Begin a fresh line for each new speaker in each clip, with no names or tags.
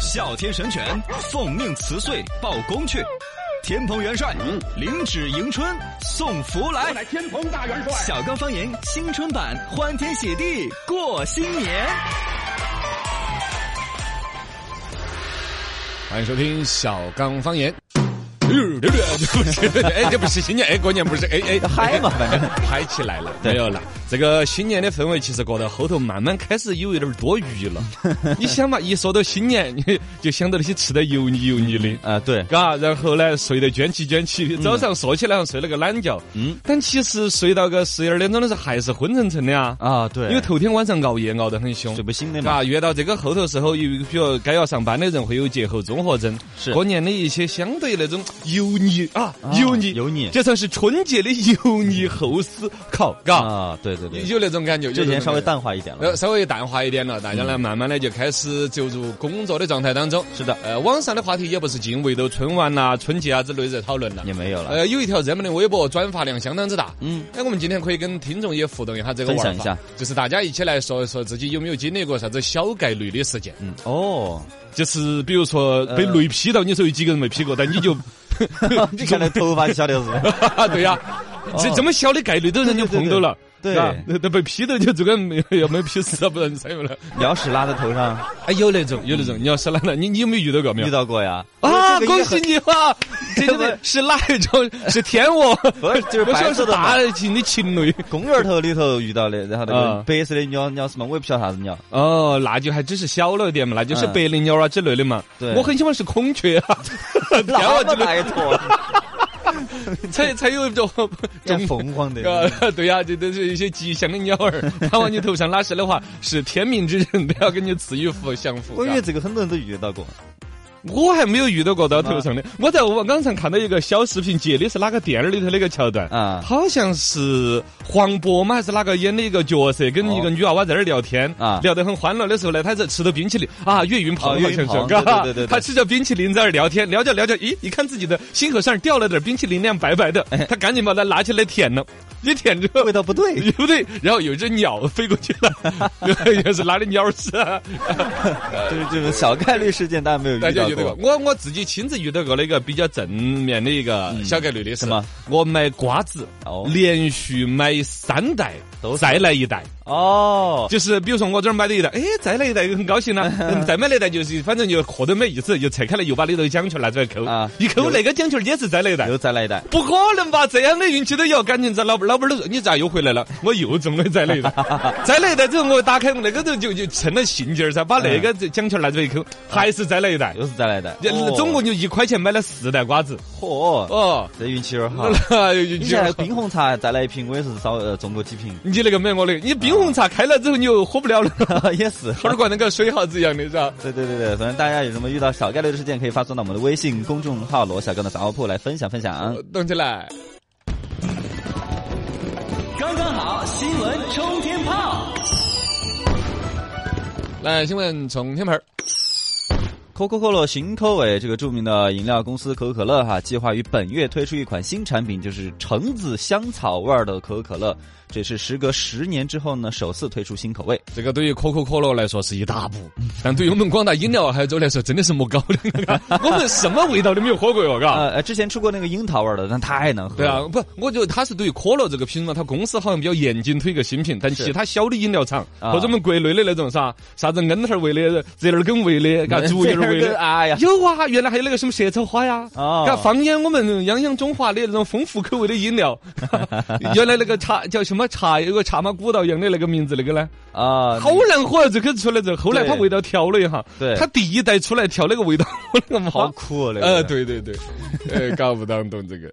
哮天神犬奉命辞岁报功去，天蓬元帅领旨迎春送福来。
乃天蓬大元帅。
小刚方言新春版，欢天喜地过新年。
欢迎收听小刚方言。 哎，这不是新年，哎，过年不是，哎哎，
嗨嘛，反正
嗨起来了，没有了。这个新年的氛围其实过到后头，慢慢开始有一点儿多余 了。你想嘛，一说到新年， 你就想到那些吃的油腻油腻的，
啊，对，
嘎，然后呢，睡得卷起卷起
嗯
的，早上说起来好像睡了个懒觉，嗯，但其实睡到个十一二点钟的时候还是昏沉沉的啊，
啊，对，
因为头天晚上熬夜熬得很凶
睡。不醒的嘛，
嘎，啊越到这个后头时候，有比如该要上班的人会有节后综合症，
是
过年的一些相对那种油腻啊，油腻
油腻
这算是春节的油腻后思考，嘎，
啊，对对对，
有那种感觉，有
之
那
前
种
稍微
感觉
淡化一点
呃，
了，
稍微淡化一点了，大家呢慢慢的就开始进入工作的状态当中。
是的
呃，网上的话题也不是仅围绕春晚啦、春节啊之类的讨论了。
也没有了，
呃，有一条热门的微博转发量相当之大。
嗯，
哎，我们今天可以跟听众也互动一下这个
分
玩法，
享一下
就是大家一起来说一说自己有没有经历过啥子小概率的事件，
嗯，哦，
就是比如说被雷劈到，你说有几个人没劈过，但 你就
你看那 头发就晓 得是，
对呀、这
哦
这么小的概率都人就碰到了，
对对
是吧
对
那那被劈到就这个没有没劈死啊，不然谁有了？
鸟屎拉在头上，
哎，有那种有那
嗯
种，你要是来了，你你有没有遇到过没有
遇？到过呀，
啊，
这个
恭
也
喜
很，
你 啊！这真的是那一种，是天鹅，
不是就是
不
白
像
色
是
的嘛
大型的禽类。
公园头里头遇到的，然后那个
啊
白色的鸟鸟什么，我也不晓得啥 子鸟，
哦，那就还只是小了一点嘛，那就是
嗯
白灵鸟啊之类的嘛。
对
我很喜欢是孔雀 啊，天
那
鹅
么
之
大
类
一坨，
才才有一 种
像
种。
凤凰的，
呃，对呀、这都是一些吉祥的鸟儿， 它往你头上拉屎的话，是天命之人都要给你赐予福享福。
我以为这个很多人都遇到过，
我还没有遇到过到头上
啊
的。我在网网上看到一个小视频，截的是哪个电影里头那个桥段
啊
好像是黄渤嘛还是哪个演的一个角色，跟一个女娃娃在那儿聊天
哦啊
聊得很欢乐的时候呢，她在吃着冰淇淋啊，岳云
哦
鹏
岳
好
云
像是，
鹏
嘎
对对对对
她吃着冰淇淋在那儿聊天，聊着聊着，咦，一看自己的心口上掉了点冰淇淋，那样白白的，她赶紧把它拿起来舔了， 一舔之后
味。道不哎 对，
不对，然后有一只鸟飞过去了， 也是拿着鸟屎、啊，
就是这种小概率事件，大家没有
大
遇
家
到
遇到过
过，，
我我自己亲自遇到过那个比较正面的一个小概率的事。
嗯什么？
我买瓜子
哦，
连续买三袋
都，是
再来一袋。
哦，
就是比如说我这儿买了一袋，哎，再来一袋很高兴 呢，嗯再买了一袋就是反正就喝都没意思，就拆开了又把里头的奖券拿出来抠
啊，
一抠
有
那个奖券也是再来一袋
又。再来一袋。
不可能吧？这样的运气都有，赶紧找老板，老板都说你咋又回来 了？我又中了再来一袋，再来一袋之后我打开那个头就就趁了兴劲儿噻，把那个
嗯
奖券拿出来一抠，还是再来一袋。
又是再来的，哦
这总共就一块钱买了四袋瓜子，
嚯，
哦，
这运气有点 好。
那
以
你
前还有冰红茶再来一瓶，我也是少呃中过几瓶，
你那个没我那个，你冰红茶开了之后你又喝不了 了，
也是。
喝管那个水耗子一样的是吧？
对对对对，反正大家有什么遇到小概率的事件，可以发送到我们的微信公众号“罗小刚的杂货铺”来分享分享。
动起来！
刚刚好，新闻冲天炮。
来，新闻从天盘
可口可乐新口味，这个著名的饮料公司可口可乐哈，计划于本月推出一款新产品，就是橙子香草味儿的可口可乐。这是时隔十年之后呢，首次推出新口味。
这个对于可口可乐来说是一大步，但对于我们广大饮料爱好者来说真的是没搞的。 我们什么味道都没有喝过哟，嘎。
呃，呃之前出过那个樱桃味儿的，但太难喝了。
啊对啊，不，我觉得它是对于可乐这个品嘛，它公司好像比较严谨推一个新品，但其他小的饮料厂
啊
或者我们国内的那种啥啥子恩特味的、折耳根味的、 嘎竹叶儿味
这
的
个， 哎呀，
有啊，原来还有那个什么蛇草花呀。
哦
啊，放眼我们泱泱中华的那种丰富口味的饮料， 原来那个茶叫什么茶，有个茶马古道一样的那个名字，那个呢，
啊，
好难喝啊！这个出来之后，后来它
对
味道调了一下，
对
它第一代出来调那个味道， 我那个妈，
好苦哦那个。
呃，对对 对，呃，搞不当懂这个。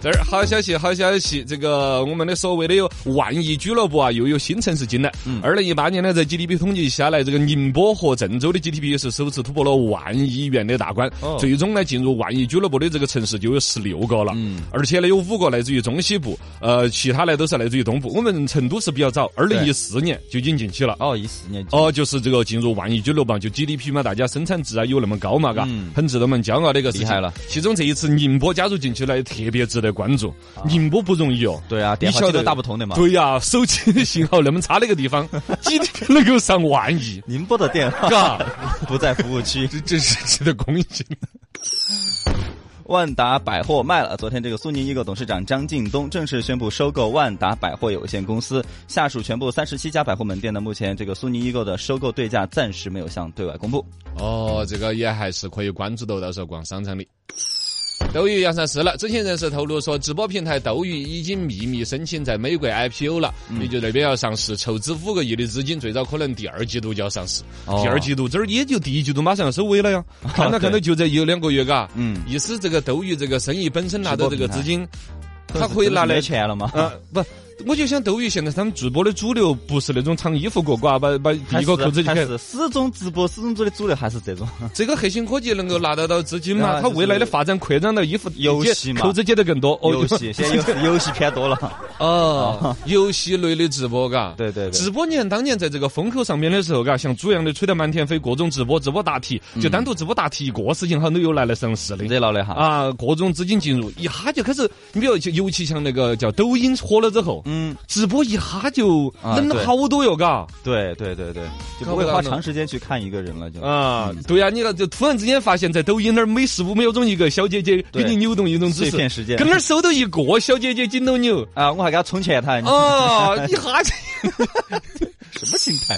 这儿好消息，好消息！这个我们的所谓的有万亿俱乐部啊，又有新城市进来。
嗯
二零一八年呢，在 GDP 统计下来，这个宁波和郑州的 GDP 也是首次突破了万亿元的大关。
哦
最终呢，进入万亿俱乐部的这个城市就有十六个了。
嗯
而且呢，有五个来自于中西部，呃，其他呢都是来自于东部。我们成都是比较早，二零一四年就已经进去了。
哦，一四年
哦，就是这个进入万亿俱乐部嘛，就 GDP 嘛，大家生产值啊有那么高嘛，嘎、
嗯
很值得我们骄傲啊的一个事情。
厉害了
其中这一次宁波加入进去呢，也特别值得关注。宁波不容易哦。
啊对啊，
你
电话
晓
机
得
都打不通的嘛。
对呀、手 机的信号那么差的一个地方，GDP 能够上万亿，
宁波的电话，
嘎，
不在服务区。
这真是值得恭喜。
万达百货卖了。昨天，这个苏宁易购董事长张近东正式宣布收购万达百货有限公司下属全部三十七家百货门店呢。目前，这个苏宁易购的收购对价暂时没有向对外公布。
哦，这个也还是可以关注到，到时候逛商场的。斗鱼要上市了，知情人士透露说，直播平台斗鱼已经秘密申请在美国 IPO 了，
嗯
也就那边要上市，筹资五个亿的资金，最早可能第二季度就要上市。
哦
第二季度这儿也就第一季度马上要收尾了呀，看到看到就这一两个月，嘎，
嗯，
意思这个斗鱼这个生意本身拿到这个资金，它可以拿
来
来
钱了吗？
啊，不，我就想斗鱼现在他们直播的主流不是那种唱衣服过瓜，把把
还
一
是
个扣子就
还
开。
是始终直播始终做的主流还是这 种。
这个核心科技能够拿得到资金嘛？
啊
它
就是
未来的发展扩张到衣服
游戏嘛
扣子接得更多。哦，
游戏现在游戏游戏偏多 了。
哦，游戏类的直播，嘎。
对对对
直播你看当年在这个风口上面的时候，嘎，像猪样的吹得满天飞，各种直播、直播答题，
嗯
就单独直播答题一个事情，好像又拿来上市的。
热闹的哈。
啊，各种资金进入，一哈就开始，你比如就尤其像那个叫抖音火了之后，
嗯，
直播一哈就
啊
冷
对
了好多哟，嘎。
对对对对，就不会花长时间去看一个人了，就
啊，
嗯
对呀、你看，就突然之间发现，在抖音那儿每十五秒钟一个小姐姐给
对
你扭动一种姿
碎
势，
片时间
跟那儿收到一个小姐姐紧都 扭。
啊，我还给他充钱他。
哦，一哈就
什么心态？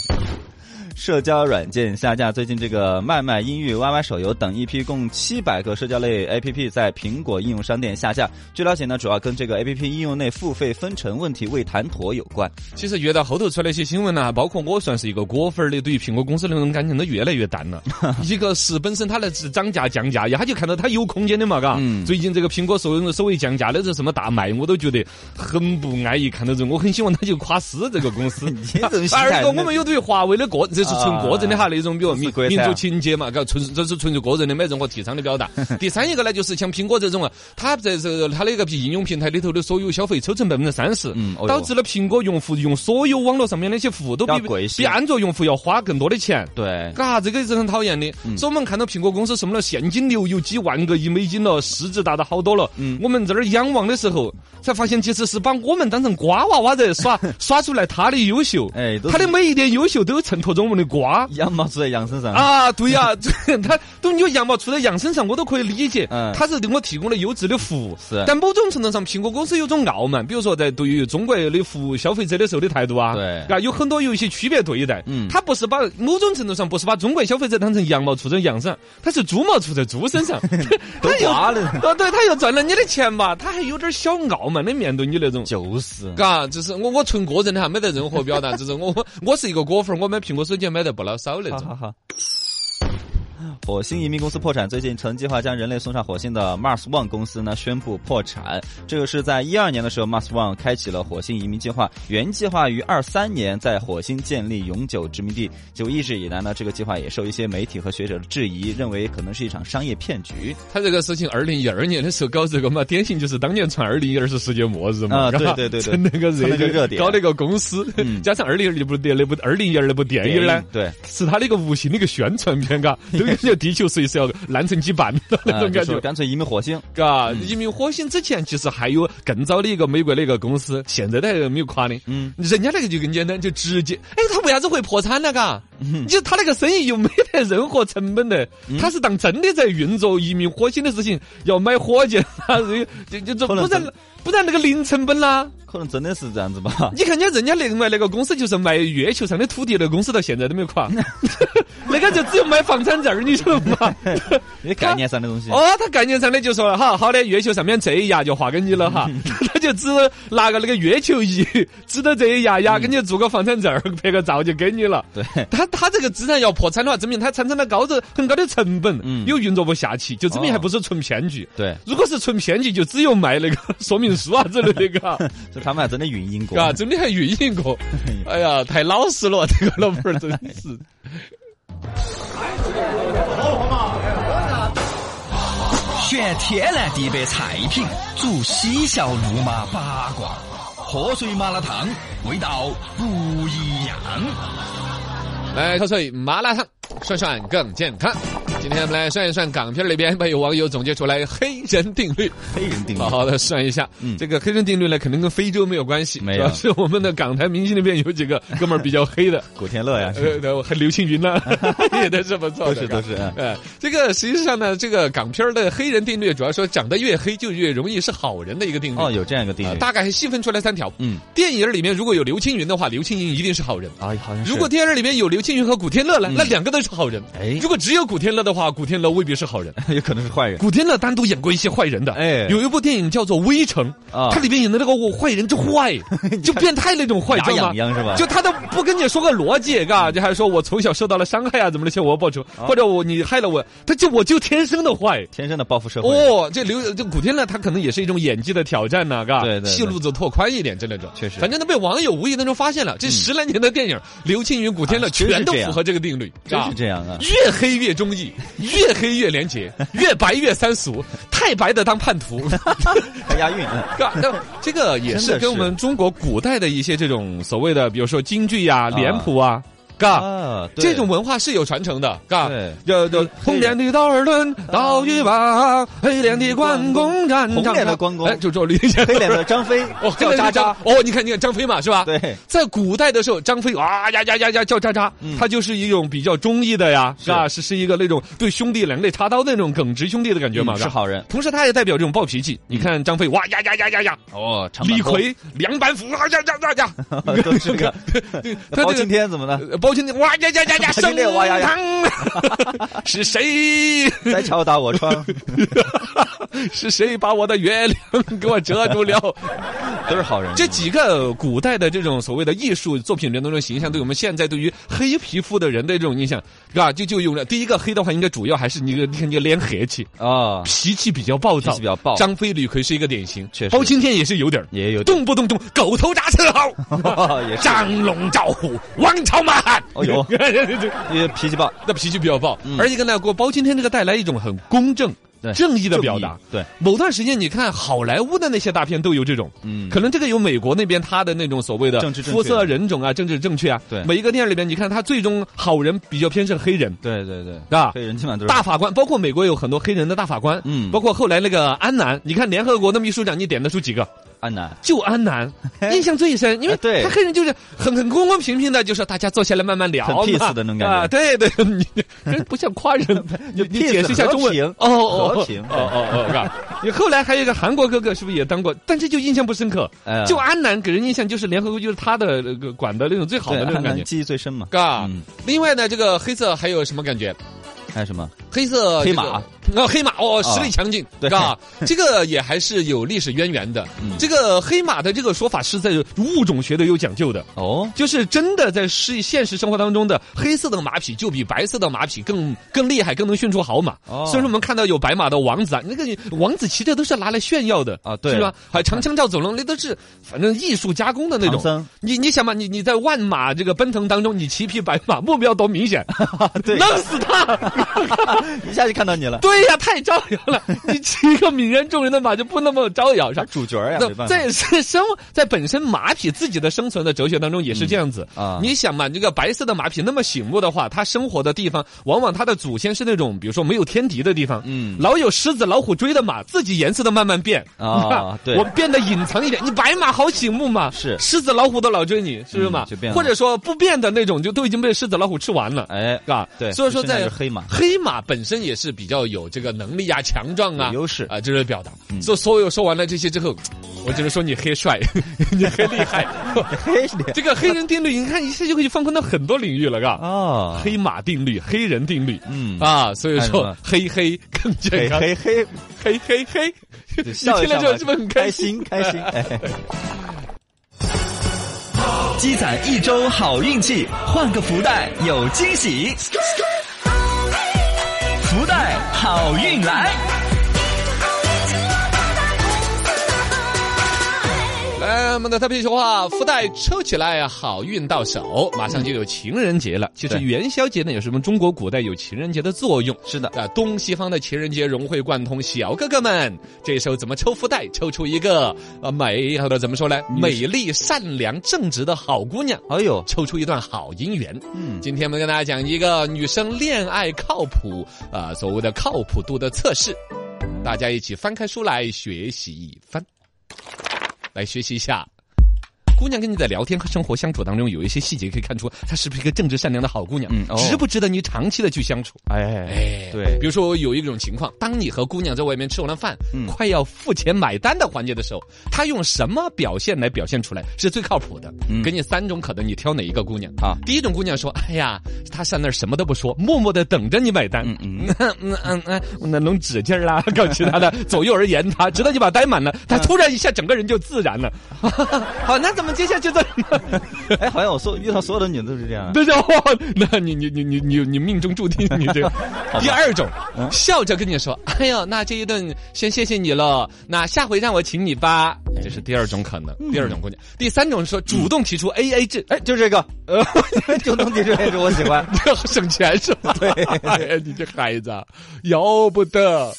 社交软件下架，最近这个麦麦音乐、YY 手游等一批共七百个社交类 APP 在苹果应用商店下架。据了解呢，主要跟这个 APP 应用内付费分成问题未谈妥有关。
其实越到后头出来一些新闻呐、啊包括我算是一个果粉儿的，对于苹果公司那种感情都越来越淡 了。一个是本身它的是涨价降价，一下就看到它有空间的嘛，嘎。
嗯
最近这个苹果所谓所谓降价的这什么大卖，我都觉得很不安逸。看到这种，我很希望它就垮死这个公司。
这种心态
二一个，我们有对华为的个，这是纯个人的哈，那种比如民
是国
民
家
族情结嘛，搞纯这是纯粹个人的没任何提倡的表达。 第三一个呢，就是像苹果这种啊，它在这个它的一个应用平台里头的所有消费抽成百分之三十
嗯哦哟，
导致了苹果用户用所有网络上面那些服务都
要
比
贵一些嗯
比安卓用户要花更多的钱。
对，
嘎，这个是很讨厌的。
嗯
所以我们看到苹果公司什么了，现金流有几万个亿美金了，市值达到好多了。
嗯
我们这儿仰望的时候，才发现其实是把我们当成瓜娃娃在耍，耍出来他的优秀。
哎都是
他的每一点优秀都衬托着我们的瓜。
羊毛出在羊身上。
啊，对呀、 这他都你羊毛出在羊身上，我都可以理解。
嗯
他是给我提供了优质的服务，
是
但某种程度上，苹果公司有种傲慢，比如说在对于中国的服务消费者的时候的态度啊，
对
啊，有很多有一些区别对待。
嗯
他不是把某种程度上不是把中国消费者当成羊毛出在羊身上，他是猪毛出在猪身上，
都
他又
刮了
啊，对他又赚了你的钱吧，他还有点小傲慢的面对你 那种。
就是，
嘎，就是我我纯个人的哈，没得任何表达，就是我我我是一个果粉，我买苹果手机买得不老少那
好
种。
好好。火星移民公司破产，最近曾计划将人类送上火星的 Mars One 公司呢宣布破产。这个是在一二年的时候，Mars One 开启了火星移民计划，原计划于二三年在火星建立永久殖民地。就一直以来呢，这个计划也受一些媒体和学者的质疑，认为可能是一场商业骗局。
他这个事情，二零一二年的时候搞这个嘛，典型就是当年传二零一二是世界末日嘛，
啊对
是吧
对对对
趁那个
趁那个热
热
点
搞那个公司，
嗯
加上二零二那部电那部二零一二那部电影呢，
哎对，
是他那个无形的一个宣传片， 嘎，都感觉地球随时要烂成几瓣的那
啊嗯
种
就
感
说
觉，
干脆移民火星。
嘎。移民火星之前，其实还有更早的一个美国的一个公司，现在的还没有垮的。
嗯，
人家那个就更简单，就直接，哎，他为啥子会破产呢？嘎，你他那个生意又没得任何成本的，他是当真的在运作移民火星的事情，要买火箭啊，这就这
可
不
能
然
真
不然那个零成本啦。
可能真的是这 样子吧。
你看人家人家另外那个公司就是卖月球上的土地，那个公司到现在都没有垮，那个就只有卖房产证儿，你晓得吗？
因为概念上的东西。
哦，他概念上的就说了哈，好的，月球上面这一牙就划给你了哈，
嗯
他就只拿个那个月球仪指到这一牙牙，给你做个房产证儿，拍个照就给你了。
嗯对，
他他这个资产要破产的话，证明他产生了高的很高的成本，
嗯
又运作不下去，就证明
哦
还不是纯骗局。
对，
如果是纯骗局，就只有卖那个说明书啊之类的， 嘎，
就他们还真的运营过。
嘎，真的还运营 过。哎呀，太老实了，这个老板儿真是。
选天南地北菜品，煮嬉笑怒骂八卦，喝水麻辣烫，味道不一样。
来，口水麻辣烫，涮涮更健康。今天我们来算一算港片里边被有网友总结出来黑人定律，
黑人定律
好好的算一下。
嗯
这个黑人定律呢，可能跟非洲没有关系，
没
主
有
要是我们的港台明星里边有几个哥们儿比较黑 的，
古天乐呀，
呃，然后还刘青云 呢，也都是不错
都
的，
是都是。嗯
呃，这个实际上呢，这个港片儿的黑人定律主要说长得越黑就越容易是好人的一个定律。
哦，有这样一个定
呃
律，
大概细分出来三条。
嗯，
电影里面如果有刘青云的话，刘青云一定是好人。
啊，好像是。嗯
如果电影里面有刘青云和古天乐呢，那两个都是好人。
哎
如果只有古天乐的话，古天乐未必是 好人。
有可能是坏人，
古天乐单独演过一些坏人的，
哎
有一部电影叫做《微城》，
啊
他里面演的那个我坏人就坏， 就变态那种坏，
牙
知道
痒
吗？
痒是吧？
就他都不跟你说个逻辑，嘎，就还说我从小受到了伤害啊，怎么那些我要报仇，或者我你害了我，他就我就天生的坏。
天生的报复社会，
哦，这刘这古天乐他可能也是一种演技的挑战呐、嘎，
对对对
戏路子拓宽一点，就那种。
确实嗯
反正都被网友无意当中发现了，这十来年的电影，刘青云、古天乐
啊真是
全都
这样
符合这个定律，
真
吧
是这样 啊！
越黑越忠义，越黑越廉 洁，越白越三俗，太白的当叛徒。
还押韵，
嘎那这个也
真
是
的
跟我
是
们中国古代的一些这种所谓的，比如说京剧呀、脸谱啊，嘎，
啊，对
这种文化是有传承的，嘎
对。
就就红脸的道尔顿，刀与把黑脸的关公战场
红脸的关公
哎，就这李连
黑脸的张飞
哦，黑
叫
脸
渣
的张
渣，
哦，你看你看张飞嘛，是吧？
对，
在古代的时候，张飞啊呀呀呀呀叫渣渣，
嗯
他就是一种比较忠义的呀，是吧？是是一个那种对兄弟两肋插刀的那种耿直兄弟的感觉嘛，
嗯
吧
是 好人
同时，他也代表这种暴脾气。你看张飞，哇呀呀呀呀呀！
哦，长坂
李
坡
逵、梁板斧，啊呀呀呀呀！
都是个
对他
包
这
青
个
天怎么了？
呃包青天，哇呀呀呀呀！
包青
升
天哇呀呀
堂， 是谁？
再敲打我窗，
是谁把我的月亮 给我遮住了？
都是好人。
这几个古代的这种所谓的艺术作品人的这种形象，对我们现在对于黑皮肤的人的这种印象，是吧？就就有了第一个黑的话，应该主要还是你个你看你个脸黑气，
啊，
脾气比较暴
脾
躁，
气比较暴
张飞、李逵是一个典型，
确实
包青天也是有点儿
也有点，
动不动动狗头铡伺候
也是
张龙赵虎，王朝马汉。
哦哟因为脾气暴，
那脾气比较暴，而一个呢，给我包青天这个带来一种很公正
嗯对、
正义的表达。
对，
某段时间，你看好莱坞的那些大片都有这种，
嗯
可能这个有美国那边他的那种所谓的
政治正确
肤色、人种啊、政治正确啊。
对
每一个电影里面，你看他最终好人比较偏向黑人，
对对对，
啊
黑人基本上都是
大法官，包括美国有很多黑人的大法官，
嗯
包括后来那个安南，你看联合国的秘书长，你点得出几个？
安南，
就安 南，印象最深，因为
啊对
他黑人就是很很公公平平的，就说大家坐下来慢慢聊
很
嘛
peace 的那种感觉
啊，对对， 你真不像 夸人，你你
peace，
解释一下中
和
文
平
哦哦
和平
哦哦哦，是吧？ 你后来还有一个韩国哥哥，是不是也当过？但是就印象不深刻
哎，
就安南给人印象就是联合国就是他的那个管的那种最好
对
的那
安
种感
南
觉，
记忆最深嘛？
嘎
嗯。
另外呢，这个黑色还有什么感觉？
还有什么？
黑色
黑
这个
马
呃，黑马哦，
啊
实力强劲，
对
吧？这个也还是有历史渊源的
嗯。
这个黑马的这个说法是在物种学的有讲究的。
哦，
就是真的在是现实生活当中的黑色的马匹，就比白色的马匹更更厉害，更能驯出好马。
哦
所以说我们看到有白马的王子啊，那个王子骑着都是拿来炫耀的
啊对
是吧？还有长枪赵子龙，那都是反正艺术加工的那
唐
种
僧。
你你想嘛，你你在万马这个奔腾当中，你骑一匹白马，目标多明显，
对
弄死他！
一下就看到你了，
对呀、太招摇了。你骑一个泯然众人的马就不那么招摇，是吧？
主角哎呀，没
那
办法。
在是生 在本身马匹自己的生存的哲学当中也是这样子
嗯啊
你想嘛，这个白色的马匹那么醒目的话，它生活的地方往往它的祖先是那种比如说没有天敌的地方，
嗯
老有狮子、老虎追的马，自己颜色的慢慢变
啊对
我变得隐藏一点。你白马好醒目嘛，
是
狮子、老虎都老追你，是不是嘛
嗯？就变了
或者说不变的那种，就都已经被狮子、老虎吃完了。
哎，
啊，
对
所以说
身上
在
就是黑马
黑马本身也是比较有这个能力啊、强壮啊、
有优势嗯
啊，这是表达。所以所有说完了这些之后，我只能说你黑帅， 你黑厉害。
黑脸
这个黑人定律，你看一下就可以放宽到很多领域了，嘎。
啊，
黑马定律、黑人定律，
嗯
啊，所以
还有什
说
么
黑黑更健康，
黑黑
黑黑黑，
就
你听
笑一
了
笑
之后
嘛，
是不是很
开
开
心
心？
开 心？哎，
积攒一周好运气，换个福袋有惊喜。福袋好运来，
来来，我们的特别企划，福袋抽起来，好运到手。马上就有情人节了。其实
嗯对
元宵节呢，有什么中国古代有情人节的作用？
是的，
啊，东西方的情人节融会贯通，小哥哥们，这时候怎么抽福袋，抽出一个呃美，或者怎么说呢？美丽、善良、正直的好姑娘，
哎呦，
抽出一段好姻缘。
嗯，
今天我们跟大家讲一个女生恋爱靠谱啊、呃所谓的靠谱度的测试，大家一起翻开书来学习一番，来学习一下。姑娘跟你在聊天和生活相处当中，有一些细节可以看出她是不是一个正直善良的好姑娘，
嗯哦
值不值得你长期的去相处？
哎，
哎，
对
比如说有一种情况，当你和姑娘在外面吃完了饭，
嗯
快要付钱买单的环节的时候，她用什么表现来表现出来是最靠谱的？
嗯
给你三种可能，你挑哪一个姑娘？
好
第一种姑娘说：“哎呀，她上那儿什么都不说，默默的等着你买单。
嗯嗯，
嗯嗯嗯嗯，那弄指尖儿啦，搞其他的，左右而言他，直到你把单满了，他突然一下整个人就自然了。好，那咱们接下来就这里呢，
哎，好像我所遇到所有的女的都是这样， 啊
对是哇，那你你你你你你命中注定你这 个。第二种，笑着跟你说：“哎呦，那这一顿先谢谢你了，那下回让我请你吧。”这是第二种可能，第二种姑娘。第三种说主动提出 A A 制，
哎，就 这个，呃，就能提出来，我喜欢，
这省钱是吧？ 对，哎、你这孩子啊要不得。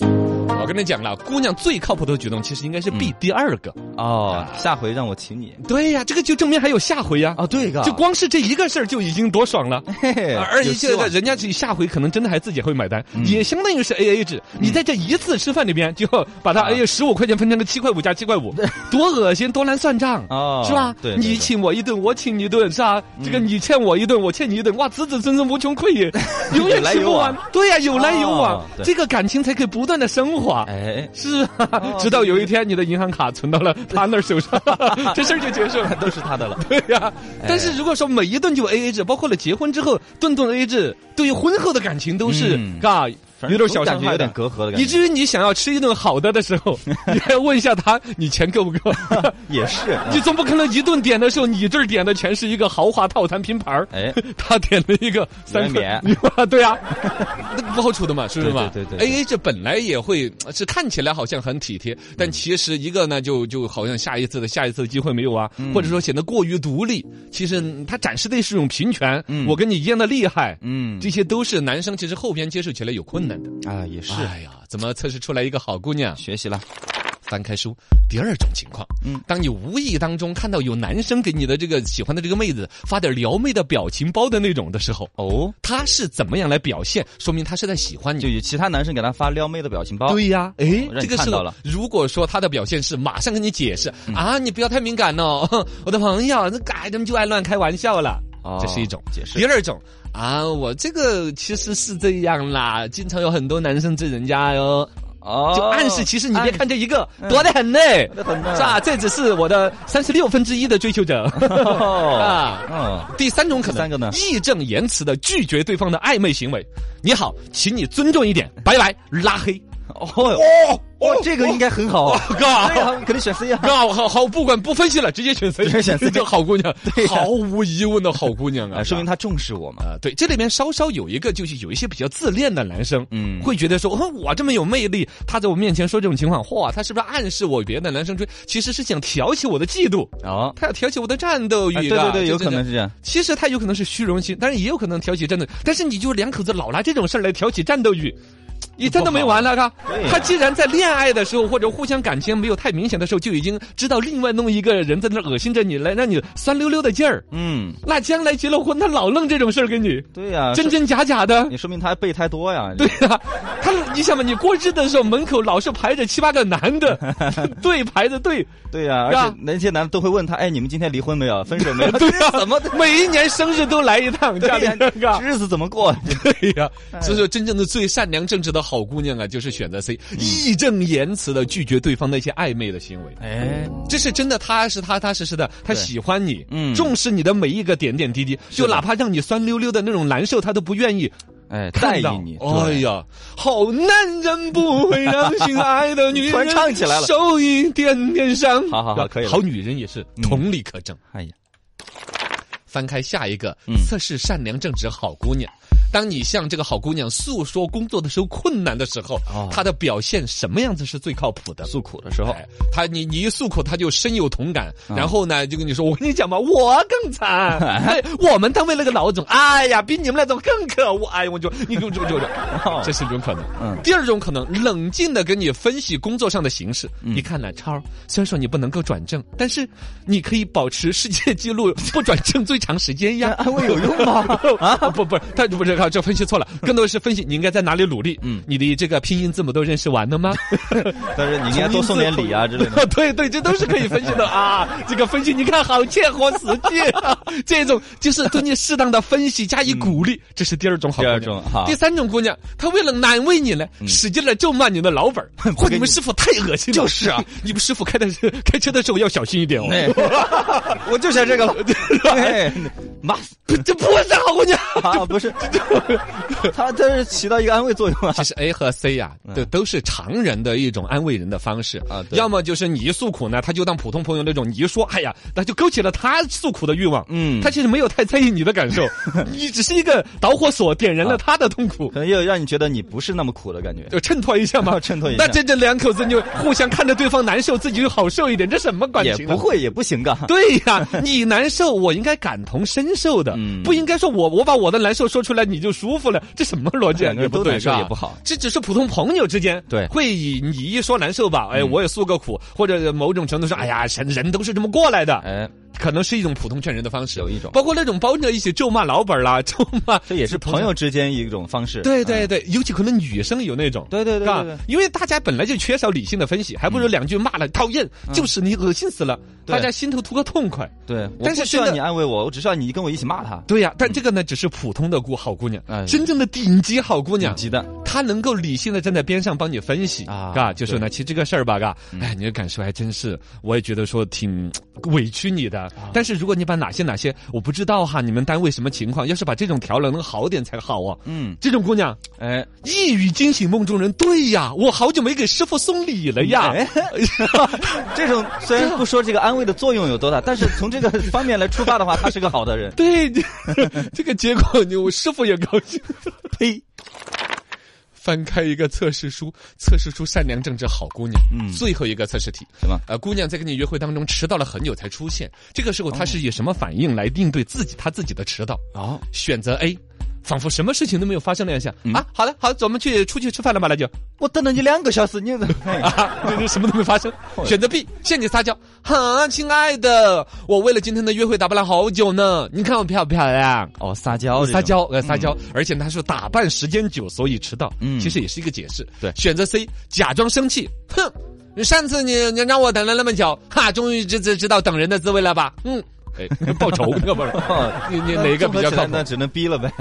我跟你讲了，姑娘最靠谱的举动其实应该是 B 第二个。
哦，下回让我请你，
嗯对呀、这个就证明还有下回呀、
哦，对个，
就光是这一个事儿就已经多爽了。
嘿嘿，
而且
有希
这
望嗯
个人家这下回可能真的还自己会买单，也相当于是 A A 制。你在这一次吃饭里边就把
啊
它哎呀十五块钱分成个七块五加七块五，多恶心，多难算账
哦
是吧？
对对嗯
你
对
请我一顿，我请你一顿，是吧？这个你欠我一顿，我欠你一顿，哇，子子孙孙无穷匮 也，永远吃不
有来有
完
往。
对呀，有来有往
哦，对
这个感情才可以不断的升华。
哎，
是啊，直到有一天你的银行卡存到了他那儿手 上，这事儿就结束了。
都是他 的了，
对呀、但是如果说每一顿就 A A 制，包括了结婚之后顿顿 A A 制，对于婚后的感情都是
嗯
嘎、有点小伤
感觉
害
有点
的。
隔阂的感
以
觉，
至于你想要吃一顿好的的时 候，你还要问一下他你钱够不够？
也是，
你总不可能一顿点的时候，你这儿点的全是一个豪华套餐拼盘儿，
哎，
他点了一个三
圆
块
脸，
你说 对 啊，那个不好处的嘛，是不是嘛？
对对对对嗯
A A 这本来也会呃是看起来好像很体贴，但其实一个呢，就就好像下一次的下一次的机会没有啊，
嗯
或者说显得过于独立。其实嗯他展示的是一种平权，
嗯
我跟你一样的厉害，
嗯，
这些都是男生其实后边接受起来有困难的。
啊，也是，
哎呀，怎么测试出来一个好姑娘？
学习了，
翻开书，第二种情况，
嗯
当你无意当中看到有男生给你的这个喜欢的这个妹子发点撩妹的表情包的那种的时候，
哦，
他是怎么样来表现？说明他是在喜欢
就
你。
有其他男生给他发撩妹的表情包，
对呀、哎
哦我让
这
你
个
看
是
到了
如果说他的表现是马上跟你解释、啊，你不要太敏感哦， 哼我的朋友，那改他们就爱乱开玩笑了，
哦
这是一种
解释
第二种啊，我这个其实是这样啦，经常有很多男生追人家哟。
哦，
就暗示，其实你别
暗
看这一个，多得很呢，
得很呢
是吧？这只是我的三十六分之一的追求者 啊。
哦，
第三种可能，
第三个呢
义正言辞的拒绝对方的暧昧行为。你好，请你尊重一 点，拜拜，拉黑。
哦，
哦
哦，这个应该很好，对呀
哥。
他们肯定选 C 啊，
哥，我好好不管不分析了，直接选 C，
直接选 C
这好姑娘
对，呀
毫无疑问的好姑娘啊
啊，，说明他重视我嘛，
啊，对，这里面稍稍有一个就是有一些比较自恋的男生，
嗯
会觉得说，哦，我这么有魅力，他在我面前说这种情况，嚯，他是不是暗示我别的男生追？其实是想挑起我的嫉妒，
哦，
他要挑起我的战斗欲、
啊对对对，有可能。是这样，
其实他有可能是虚荣心，但是也有可能挑起战斗。但是你就两口子老拿这种事儿来挑起战斗欲，你真的没完了，嘎
对呀！
他既然在恋爱的时候或者互相感情没有太明显的时候，就已经知道另外弄一个人在那儿恶心着你，来让你酸溜溜的劲儿，
嗯，
那将来结了婚，他老弄这种事儿给你，
对呀，
真
说
真假假的。
也说明他备胎多呀，
对呀、他你想嘛，你过日子的时候，门口老是排着七八个男 的，对排着队，
对呀，而
是吧啊
且那些男的都会问他，哎，你们今天离婚没有？分手没有？
对呀、
怎么的？
每一年生日都来一趟，家里
对呀哎
那个。
日子怎么过？
对呀、所以说真正的最善良正直的好姑娘
嗯
啊，就是选择 C，义正言辞的拒绝对方的一些暧昧的行为，
哎，
这是真的踏实踏踏实实的，她喜欢你，
嗯
重视你的每一个点点滴滴，就哪怕让你酸溜溜的那种难受，她都不愿意
哎，在
看到
意你，
哎呀，好男人不会让心爱的女人
突然唱起来了
受一点点伤。
好好好可以了
好女人也是同理可证。
哎呀，
翻开下一个
嗯，
测试善良正直好姑娘。当你向这个好姑娘诉说工作的时候困难的时候，
哦
她的表现什么样子是最靠谱的？
诉苦的时候啊
哎，他你你一诉苦，他就深有同感。然后呢，就跟你说，我跟你讲嘛，我更 惨。哎，我们单位那个老总，哎呀，比你们那种更可恶。哎呀，我就你就就就就，这是一种可能。
嗯
第二种可能，冷静的跟你分析工作上的形势。
嗯
你看呢，超儿，虽然说你不能够转正，但是你可以保持世界纪 录不转正最长时间呀。
安慰啊有用 吗？
啊，不不，他不是这分析错了，更多的是分析你应该在哪里努力。
嗯
嗯，你的这个拼音字母都认识完了 吗？
但是你应该多送点礼啊之类 的。
对对，这都是可以分析的啊。这个分析你看好切合实际、啊，这种就是对你适当的分析加以鼓励，这是第二种好
嗯第
姑
二
娘。
种哈嗯
第三种姑娘，她为了难为你呢，使劲的咒骂你的老板 儿，嚯，
给
你
你
们师傅太恶心了。就是啊， 你们师傅开的是开车的时候要小心一点哦。
哎， 我就想这个了。哎对，骂死
不这不是好姑娘。
啊，不 是，他他是起到一个安慰作用啊。
其实 A 和 C 呀、都都是常人的一种安慰人的方式
嗯啊对
要么就是你一诉苦呢，他就当普通朋友那种，你一说，哎呀，那就勾起了他诉苦的欲望。
嗯
他其实没有太在意你的感 受，你只是一个导火索，点
啊
燃了他的痛苦
可，能又让你觉得你不是那么苦的感觉。
就衬托一下嘛，
衬托一下
那这这两口子你就互相看着对方难受，自己就好受一点，这什么感
也
情呢
不会也不行 啊。
对呀、你难受，我应该感同身受的，
嗯
不应该说我我把我的难受说出来你就舒服了，这什么逻辑啊？
两个人 都难受
是吧
也不好
这只是普通朋友之间，
对嗯
会以你一说难受吧，哎，我也诉个苦，或者某种程度上，哎呀，人人都是这么过来的，
哎，
可能是一种普通劝人的方式，
有一种
包括那种包着一起咒骂老板儿啦， 咒骂
这也是朋友之间一种方式。
对
嗯
对对，尤其可能女生有那种，
对对
是
对
吧
对对嗯
因为大家本来就缺少理性的分析，还不如两句骂了，讨厌，就是你恶心死了，
对
大家心头图个痛快。
对，我
但是
不需要
真的
你安慰我，我只需要你跟我一起骂他。
对呀、但这个呢，只是普通的姑好姑娘，
嗯哎
真正的顶级好姑娘
挺，鸡蛋，
她能够理性的站在边上帮你分析
啊嗯
嘎，就说呢，其实这个事儿吧，嘎，哎，你的感受还真是，我也觉得说挺委屈你的。
啊
但是如果你把哪些哪些，我不知道哈，你们单位什么情况，要是把这种调了，能好点才好啊。
嗯，
这种姑娘
哎，
一语惊醒梦中人，对呀，我好久没给师傅送礼了呀。。
哎这 种虽然不说这个安慰的作用有多大，但是从这个方面来出发的话，他是个好的人
对， 这这个结果你我师傅也高兴。
呸！
翻开一个测试书，测试出善良正直好姑娘。
嗯
最后一个测试题
什么
呃，姑娘在跟你约会当中迟到了很久才出现，这个时候她是以什么反应来应对自己她自己的迟到？
哦，嗯
选择 A，仿佛什么事情都没有发生那样想、啊，好了，好，走我们去出去吃饭了吧，那就
我等了你两个小时，你怎么？
啊， 就是什么都没发 生。选择 B，向你撒娇，哈，亲爱的，我为了今天的约会打扮了好久呢，你看我漂不漂亮？
哦，撒娇，
撒，娇，呃，撒娇，而且他说打扮时间久，所以迟到，
嗯
其实也是一个解释。
对
选择 C，假装生气，哼，上次你你让我等了那么久，哈，终于知知知道等人的滋味了吧？嗯，哎，报仇，要 不
哦
然你 你哪个比较靠谱
那？只能逼了呗。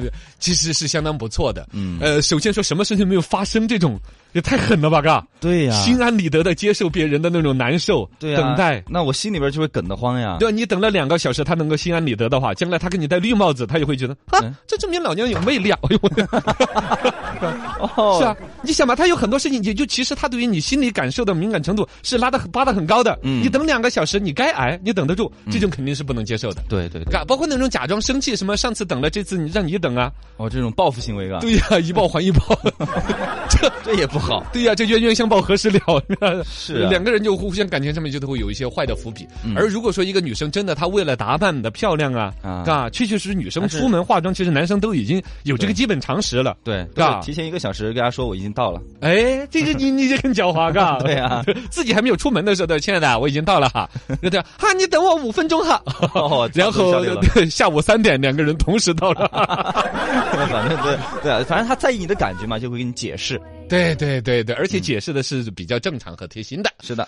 其实是相当不错的。
嗯
呃，首先说什么事情没有发生，这种也太狠了吧，嘎。
对呀
心安理得的接受别人的那种难受，
对啊呀，
等待。
那我心里边就会梗得慌呀。
对，你等了两个小时，他能够心安理得的话，将来他给你戴绿帽子，他也会觉 得
嗯
啊， 这证明老娘有魅力啊！哎 呦，
哦，
是啊，你想嘛，他有很多事情，也就其实他对于你心理感受的敏感程度是拉的扒的很高的。
嗯
你等两个小时，你该挨，你等得住，这种肯定是不能接受的。
对对对，
嘎，包括那种假装生气，什么上次等了，这次你让你等啊，
哦，这种报复行为啊，
对呀、一报还一报， 这
这也不好。
对呀、这冤冤相报何时了？
哦 是啊嗯
两个人就互相感情上面就都会有一些坏的伏笔。而如果说一个女生真的她为了打扮的漂亮啊，
啊
啊，确确实实女生
但是
出门化妆，其实男生都已经有这个基本常识了。
对，啊
嘎
对提前一个小时跟他说我已经 到了。
哎，这个你你这很狡猾，嘎。
对啊，
自己还没有出门的时候，对，亲爱的，我已经到了 哈。对对，哈，你等我五分钟哈。
哦
然后
差不多效率 了
对下午三点，两个人同时到了。
反正对对啊，反正他在意你的感觉嘛，就会给你解释。
对对对对，而且解释的是比较正常和贴心的。
是的。